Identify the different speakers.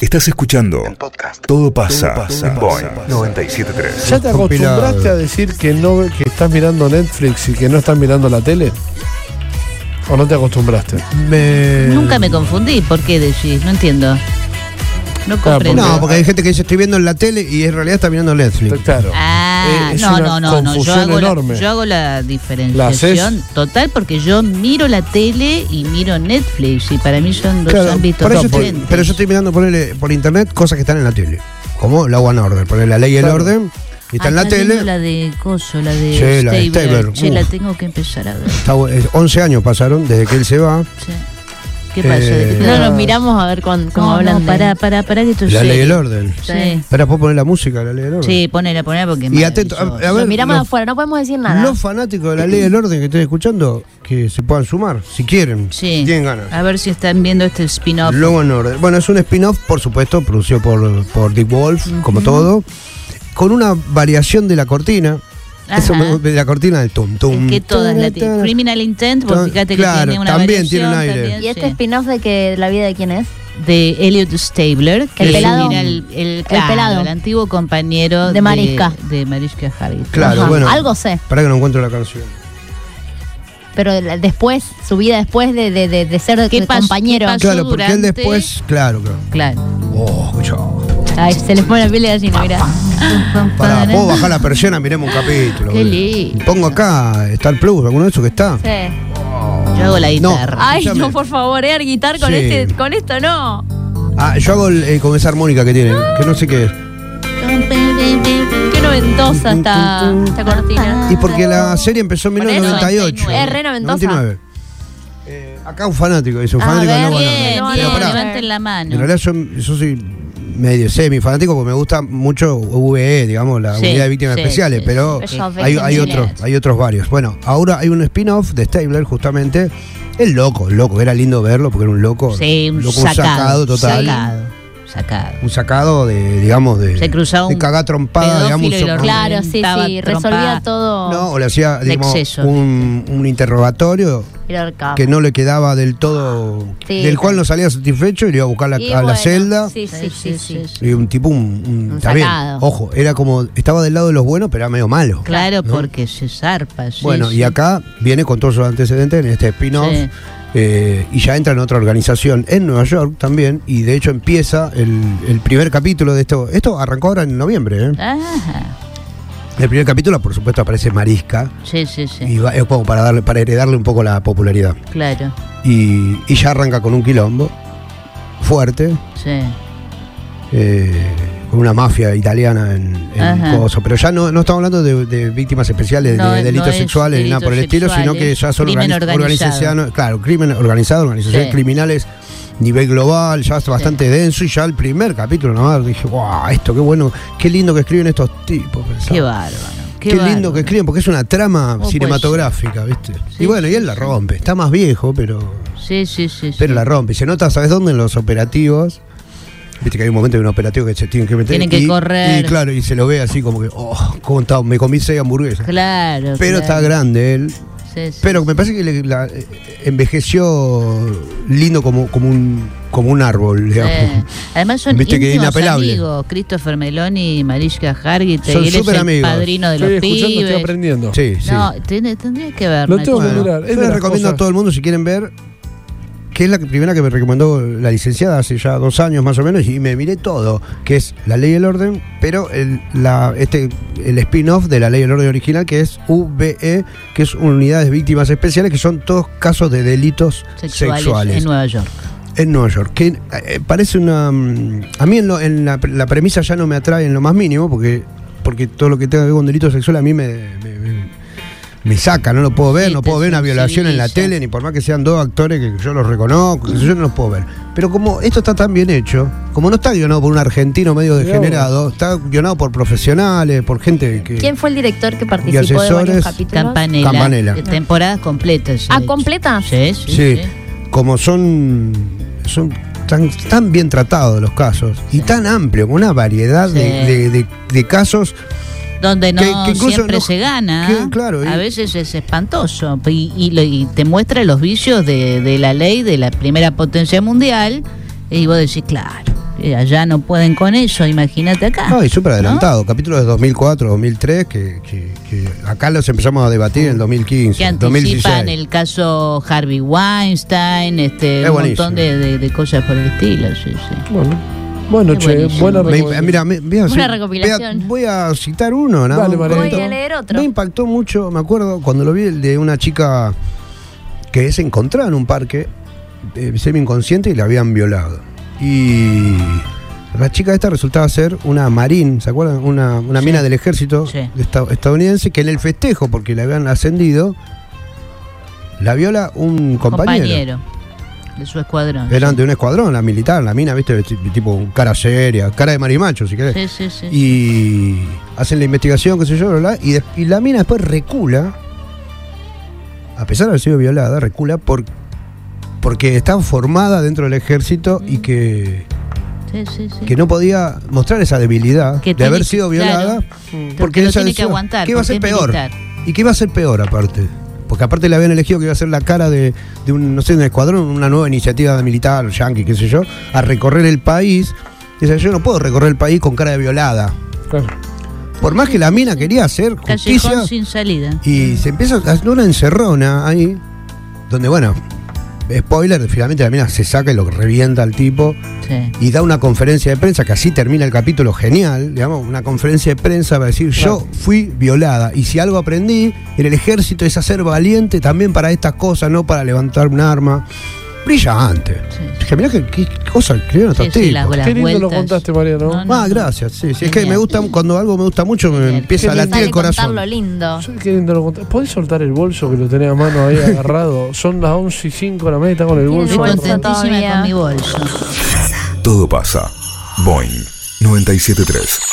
Speaker 1: Estás escuchando
Speaker 2: En podcast.
Speaker 1: Todo pasa, en Boeing
Speaker 3: ¿Ya
Speaker 1: 973.
Speaker 3: te acostumbraste a decir que no que estás mirando Netflix y que no estás mirando la tele? ¿O no te acostumbraste?
Speaker 4: Me-
Speaker 5: Nunca me confundí, ¿por qué decís? No entiendo. No comprendo.
Speaker 4: No, Ah, porque hay gente que dice estoy viendo en la tele y en realidad está mirando Netflix.
Speaker 3: Claro.
Speaker 5: Ah,
Speaker 3: Eh, es
Speaker 5: no,
Speaker 3: una
Speaker 5: no, no, no. Yo
Speaker 3: confusión
Speaker 5: hago, la,
Speaker 3: enorme.
Speaker 5: yo hago la
Speaker 3: ¿La
Speaker 5: diferenciación
Speaker 3: haces?
Speaker 5: total porque yo miro la tele y miro Netflix y para mí son dos
Speaker 4: Claro,
Speaker 5: ámbitos
Speaker 4: por eso estoy-
Speaker 5: diferentes.
Speaker 4: pero yo estoy mirando ponele, por internet cosas que están en la tele. Como la One Order, ponele la ley y el
Speaker 3: Claro.
Speaker 4: orden. Y está en la
Speaker 5: Acá
Speaker 4: tele.
Speaker 5: viendo Ah, La de Coso, la de
Speaker 4: Sí, la de
Speaker 5: Stabler.
Speaker 4: Stabler,
Speaker 5: Che, la
Speaker 4: uf.
Speaker 5: tengo que empezar a ver.
Speaker 4: Está bu- eh, 11 años pasaron desde que él se va.
Speaker 5: che. ¿Qué pasa? ¿De qué
Speaker 4: Eh,
Speaker 5: te-
Speaker 6: No, nos miramos a ver cuán- cómo
Speaker 5: No,
Speaker 6: hablan.
Speaker 5: no,
Speaker 6: de-
Speaker 5: pará, pará, pará que esto es
Speaker 4: La ley y
Speaker 5: serio.
Speaker 4: el orden.
Speaker 5: Sí,
Speaker 4: Ahora puedo poner la música de la ley y el orden.
Speaker 5: sí, ponela, ponela porque es
Speaker 4: Y atento, a,
Speaker 5: maravilloso.
Speaker 4: a ver,
Speaker 6: Nos miramos
Speaker 4: los,
Speaker 6: afuera, no podemos decir nada.
Speaker 4: los fanáticos de la ley y el orden que estén escuchando, que se puedan sumar, si quieren,
Speaker 5: Sí.
Speaker 4: si tienen ganas.
Speaker 5: A ver si están viendo este spin-off.
Speaker 4: Law and Order. Bueno, es un spin-off, por supuesto, producido por, por Dick Wolf, como todo, con una variación de la cortina.
Speaker 5: Ajá.
Speaker 4: Eso me- de la cortina del tum tum.
Speaker 5: Es que todas las
Speaker 4: Tara,
Speaker 5: tienen.
Speaker 4: tara.
Speaker 5: Criminal Intent, vos
Speaker 4: Tan-
Speaker 5: fíjate que
Speaker 4: claro,
Speaker 5: tiene una
Speaker 4: también
Speaker 5: variación,
Speaker 4: tiene un aire.
Speaker 5: también,
Speaker 6: ¿Y este
Speaker 5: sí.
Speaker 6: spin-off de que la vida de quién es?
Speaker 5: de Elliot Stabler, que
Speaker 6: El
Speaker 5: es
Speaker 6: pelado.
Speaker 5: era el, el- claro,
Speaker 6: pelado.
Speaker 5: el antiguo compañero
Speaker 6: De Mariska.
Speaker 5: De, de Mariska Hargitay.
Speaker 4: Claro,
Speaker 6: Ajá,
Speaker 4: bueno.
Speaker 6: Algo sé,
Speaker 4: Pará que no encuentro la canción.
Speaker 6: pero la- después, su vida después de, de, de, de ser
Speaker 5: ¿Qué
Speaker 6: de
Speaker 5: pasó?
Speaker 6: compañero.
Speaker 5: ¿Qué pasó?
Speaker 4: Claro, porque él
Speaker 5: Ah, durante-
Speaker 4: después, claro, claro.
Speaker 5: Claro.
Speaker 4: Oh, escuchá.
Speaker 6: Ay, se les pone la piel de gallina, mirá.
Speaker 4: Pará, puedo bajar la persiana, miremos un capítulo.
Speaker 5: Qué
Speaker 4: boludo.
Speaker 5: lindo.
Speaker 4: Pongo acá Star Plus, alguno de esos que está.
Speaker 6: Sí.
Speaker 5: Yo hago la guitarra.
Speaker 6: Ay,
Speaker 4: Escuchame.
Speaker 6: no, por favor, Air Guitar con,
Speaker 4: Sí.
Speaker 6: este, con esto no.
Speaker 4: Ah, yo hago el- eh, con esa armónica que tiene, que no sé qué es.
Speaker 6: Qué noventosa esta, esta cortina.
Speaker 4: Y porque la serie empezó en
Speaker 6: Por eso,
Speaker 4: 1998.
Speaker 6: es re noventosa.
Speaker 4: Eh, acá un fanático, dice, un
Speaker 6: A
Speaker 4: fanático
Speaker 6: ver,
Speaker 4: no
Speaker 5: Ah, Bien,
Speaker 6: Bueno, no,
Speaker 5: bien,
Speaker 4: Pero
Speaker 6: no,
Speaker 4: pará,
Speaker 6: levanta-
Speaker 5: levanten la
Speaker 4: en
Speaker 5: mano.
Speaker 4: realidad yo, yo soy medio semi fanático porque me gusta mucho VE, digamos, la
Speaker 5: Sí,
Speaker 4: unidad de víctimas
Speaker 5: sí,
Speaker 4: especiales,
Speaker 5: sí,
Speaker 4: pero
Speaker 5: sí.
Speaker 6: Yo
Speaker 4: hay, hay
Speaker 6: Virginia.
Speaker 4: otros, hay otros varios. Bueno, ahora hay un spin-off de Stabler, justamente. El loco, el loco, era lindo verlo porque era un loco.
Speaker 5: Sí, un
Speaker 4: loco,
Speaker 5: sacado,
Speaker 4: total.
Speaker 5: Sacado, sacado.
Speaker 4: Un sacado de, digamos, de.
Speaker 5: Se cruzaba
Speaker 4: de
Speaker 5: un
Speaker 4: cagar trompada, digamos,
Speaker 5: pedófilo y lo
Speaker 4: sopa-
Speaker 5: clava.
Speaker 6: Claro, sí,
Speaker 5: Estaba
Speaker 6: sí,
Speaker 5: trompada.
Speaker 6: resolvía todo.
Speaker 4: No, o le hacía
Speaker 5: De
Speaker 4: digamos,
Speaker 5: exceso.
Speaker 4: un, un interrogatorio
Speaker 6: Era el capo.
Speaker 4: que no le quedaba del todo,
Speaker 6: Ah. Sí.
Speaker 4: del cual no salía satisfecho y le iba a buscar la-
Speaker 6: Y
Speaker 4: a la
Speaker 6: bueno,
Speaker 4: celda.
Speaker 6: Sí, sí, sí, sí.
Speaker 4: Y un tipo, un, un-
Speaker 6: Un
Speaker 4: está bien,
Speaker 6: sacado.
Speaker 4: ojo, era como, estaba del lado de los buenos, pero era medio malo.
Speaker 5: Claro,
Speaker 4: ¿no?
Speaker 5: porque se zarpa. sí,
Speaker 4: Bueno,
Speaker 5: sí.
Speaker 4: y acá viene con todos sus antecedentes en este spin-off.
Speaker 5: Sí.
Speaker 4: eh, y ya entra en otra organización en Nueva York también. Y de hecho empieza el, el primer capítulo de esto. Esto arrancó ahora en noviembre. ¿eh?
Speaker 5: Ajá.
Speaker 4: El primer capítulo, por supuesto, aparece Marisca.
Speaker 5: Sí, sí, sí.
Speaker 4: Y va- es como para, darle, para heredarle un poco la popularidad.
Speaker 5: Claro.
Speaker 4: Y, y ya arranca con un quilombo fuerte,
Speaker 5: Sí.
Speaker 4: eh, con una mafia italiana en, en
Speaker 5: Ajá.
Speaker 4: coso. Pero ya no, no estamos hablando de, de víctimas especiales,
Speaker 5: No,
Speaker 4: de delitos
Speaker 5: no es
Speaker 4: sexuales, ni nada por el
Speaker 5: delitos
Speaker 4: estilo, sino que
Speaker 5: sexuales,
Speaker 4: ya son
Speaker 5: crimen
Speaker 4: organiz-
Speaker 5: organizado.
Speaker 4: organizaciones- claro, crimen organizado, organizaciones
Speaker 5: Sí.
Speaker 4: criminales nivel global, ya es bastante denso. Y ya el primer capítulo nomás dije, wow, esto qué bueno, qué lindo que escriben estos tipos. pensaba.
Speaker 5: Qué bárbaro. Qué,
Speaker 4: Qué, lindo
Speaker 5: bárbaro.
Speaker 4: que escriben, porque es una trama
Speaker 5: pues,
Speaker 4: cinematográfica, ¿viste?
Speaker 5: Sí,
Speaker 4: y bueno, y él
Speaker 5: sí,
Speaker 4: la
Speaker 5: sí.
Speaker 4: rompe. Está más viejo, pero
Speaker 5: Sí, sí, sí. sí.
Speaker 4: pero la rompe. Y Se nota, ¿sabes dónde? En los operativos. Viste que hay un momento de un operativo que se tienen que meter.
Speaker 5: Tienen que
Speaker 4: y-
Speaker 5: correr.
Speaker 4: Y claro, y se lo ve así como que, oh, cómo está, me comí seis hamburguesas.
Speaker 5: Claro.
Speaker 4: Pero está
Speaker 5: claro.
Speaker 4: grande él.
Speaker 5: Sí, sí,
Speaker 4: Pero me parece que le- la- eh, envejeció lindo como, como, un, como un árbol, digamos.
Speaker 5: Eh, Además son
Speaker 4: Viste que
Speaker 5: íntimos
Speaker 4: inapelable.
Speaker 5: amigos, Christopher Meloni y Mariska Hargitay.
Speaker 4: Son
Speaker 5: él es
Speaker 4: súper
Speaker 5: el
Speaker 4: amigos.
Speaker 5: padrino de los
Speaker 3: Estoy escuchando, estoy
Speaker 5: pibes.
Speaker 3: aprendiendo.
Speaker 4: Sí, sí.
Speaker 5: No, ten- tendrías que ver.
Speaker 3: Lo
Speaker 5: Nacho.
Speaker 3: tengo que
Speaker 4: Bueno,
Speaker 3: mirar. Es
Speaker 4: yo
Speaker 3: de
Speaker 4: les
Speaker 3: las
Speaker 4: recomiendo
Speaker 3: cosas-
Speaker 4: a todo el mundo si quieren ver, que es la que- primera que me recomendó la licenciada hace ya dos años más o menos, y me miré todo, que es La Ley y el Orden, pero el, la- este, el spin-off de La Ley y el Orden original, que es VE, que es Unidades Víctimas Especiales, que son todos casos de delitos
Speaker 5: Sexuales,
Speaker 4: sexuales,
Speaker 5: en
Speaker 4: en,
Speaker 5: Nueva York.
Speaker 4: Nueva York. Que eh, parece una... mm, A mí en, lo- en la, la premisa ya no me atrae en lo más mínimo, porque, porque todo lo que tenga que ver con delitos sexuales a mí me... me- me- me saca, no lo puedo ver,
Speaker 5: Sí,
Speaker 4: no
Speaker 5: te
Speaker 4: puedo ver una violación en la
Speaker 5: sensibiliza.
Speaker 4: tele, ni por más que sean dos actores que yo los reconozco, que yo no los puedo ver. Pero como esto está tan bien hecho, como no está guionado por un argentino medio
Speaker 3: Mirá vos.
Speaker 4: degenerado, está guionado por profesionales, por gente que...
Speaker 6: ¿Quién fue el director que participó de
Speaker 4: asesores.
Speaker 6: varios capítulos?
Speaker 5: Campanela.
Speaker 4: Campanella.
Speaker 5: Eh, Temporadas completas.
Speaker 6: ¿Ah,
Speaker 5: eh.
Speaker 6: completas?
Speaker 5: Sí, sí.
Speaker 4: Sí,
Speaker 5: sí.
Speaker 4: como son, son tan, tan bien tratados los casos y tan amplio, con una variedad de,
Speaker 5: Sí.
Speaker 4: de- de- de casos.
Speaker 5: Donde no
Speaker 4: Que- que incluso
Speaker 5: siempre
Speaker 4: no-
Speaker 5: se gana.
Speaker 4: que, claro, y-
Speaker 5: a veces es espantoso. Y, y lo- y te muestra los vicios de, de la ley de la primera potencia mundial. Y vos decís, claro. eh, allá no pueden con ello, imagínate acá.
Speaker 4: No, y súper adelantado. Capítulos de 2004, 2003, que, que- que acá los empezamos a debatir en el 2015.
Speaker 5: que anticipan
Speaker 4: 2016.
Speaker 5: el caso Harvey Weinstein, este,
Speaker 4: Es
Speaker 5: un
Speaker 4: buenísimo.
Speaker 5: montón de, de- de cosas por el estilo. sí, sí.
Speaker 3: Bueno, bueno
Speaker 5: Qué
Speaker 3: che,
Speaker 5: buenísimo.
Speaker 3: buena
Speaker 4: Me- eh,
Speaker 3: recomendación.
Speaker 4: mira, me- voy a,
Speaker 6: Una
Speaker 4: hacer-
Speaker 6: recopilación.
Speaker 4: voy a- voy a citar uno, ¿no?
Speaker 3: Dale,
Speaker 4: Un
Speaker 3: Mariano.
Speaker 4: corto.
Speaker 6: Voy a leer otro.
Speaker 4: Me impactó mucho, me acuerdo, cuando lo vi, el de una chica que es encontrada en un parque, eh, semi-inconsciente, y la habían violado. Y la chica esta resultaba ser una marín, ¿se acuerdan? Una, una
Speaker 5: Sí.
Speaker 4: mina del ejército
Speaker 5: Sí.
Speaker 4: esta- estadounidense que en el festejo, porque la habían ascendido, la viola un compañero.
Speaker 5: Compañero de su escuadrón.
Speaker 4: Eran de un escuadrón, la militar, la mina, viste, tipo cara seria, cara de marimacho, si querés.
Speaker 5: Sí, sí, sí.
Speaker 4: Y hacen la investigación, qué sé yo, bla, bla, y, des- y la mina después recula, a pesar de haber sido violada, recula por, porque está formada dentro del ejército y que,
Speaker 5: sí, sí, sí.
Speaker 4: que no podía mostrar esa debilidad
Speaker 5: Que
Speaker 4: de
Speaker 5: tiene
Speaker 4: haber
Speaker 5: que-
Speaker 4: sido
Speaker 5: claro.
Speaker 4: violada.
Speaker 5: Porque
Speaker 4: porque
Speaker 5: lo
Speaker 4: ella
Speaker 5: tiene que
Speaker 4: decía,
Speaker 5: aguantar.
Speaker 4: ¿qué va a ser
Speaker 5: porque es
Speaker 4: peor?
Speaker 5: militar.
Speaker 4: ¿Y qué iba a ser peor aparte? Porque aparte le habían elegido que iba a ser la cara de, de un, no sé, un escuadrón, una nueva iniciativa militar, yankee, qué sé yo, a recorrer el país. Dice, yo no puedo recorrer el país con cara de violada.
Speaker 3: Claro.
Speaker 4: Por más que la mina quería hacer
Speaker 5: Callejón
Speaker 4: justicia
Speaker 5: sin salida.
Speaker 4: y se empieza a hacer una encerrona ahí, donde bueno, spoiler, finalmente la mina se saca y lo revienta al tipo
Speaker 5: Sí.
Speaker 4: y da una conferencia de prensa, que así termina el capítulo genial, digamos, una conferencia de prensa para decir, yo fui violada y si algo aprendí en el ejército es a ser valiente también para estas cosas, no para levantar un arma. Brillante.
Speaker 5: Sí.
Speaker 4: Dije, mirá que- qué, cosa escribieron estos
Speaker 5: Sí, sí, las-
Speaker 4: tipos.
Speaker 5: las
Speaker 3: Qué lindo lo
Speaker 5: vueltas.
Speaker 3: contaste, Mariano.
Speaker 5: No, no,
Speaker 4: Ah,
Speaker 5: no.
Speaker 4: gracias. Sí, sí, es que
Speaker 5: Genial.
Speaker 4: me gusta, cuando algo me gusta mucho me
Speaker 5: Genial.
Speaker 4: empieza a
Speaker 6: Sale
Speaker 4: latir el corazón.
Speaker 6: contar lo lindo.
Speaker 3: Sí, Qué lindo lo contaste. ¿Podés soltar el bolso que lo tenés a mano ahí agarrado? Son las 11 y 5 la meta con el
Speaker 6: Tiene el
Speaker 3: bolso.
Speaker 5: Estoy
Speaker 6: bolso
Speaker 3: agarrado.
Speaker 5: contentísima
Speaker 6: todavía.
Speaker 5: con mi bolso.
Speaker 1: Todo pasa. Boeing 973.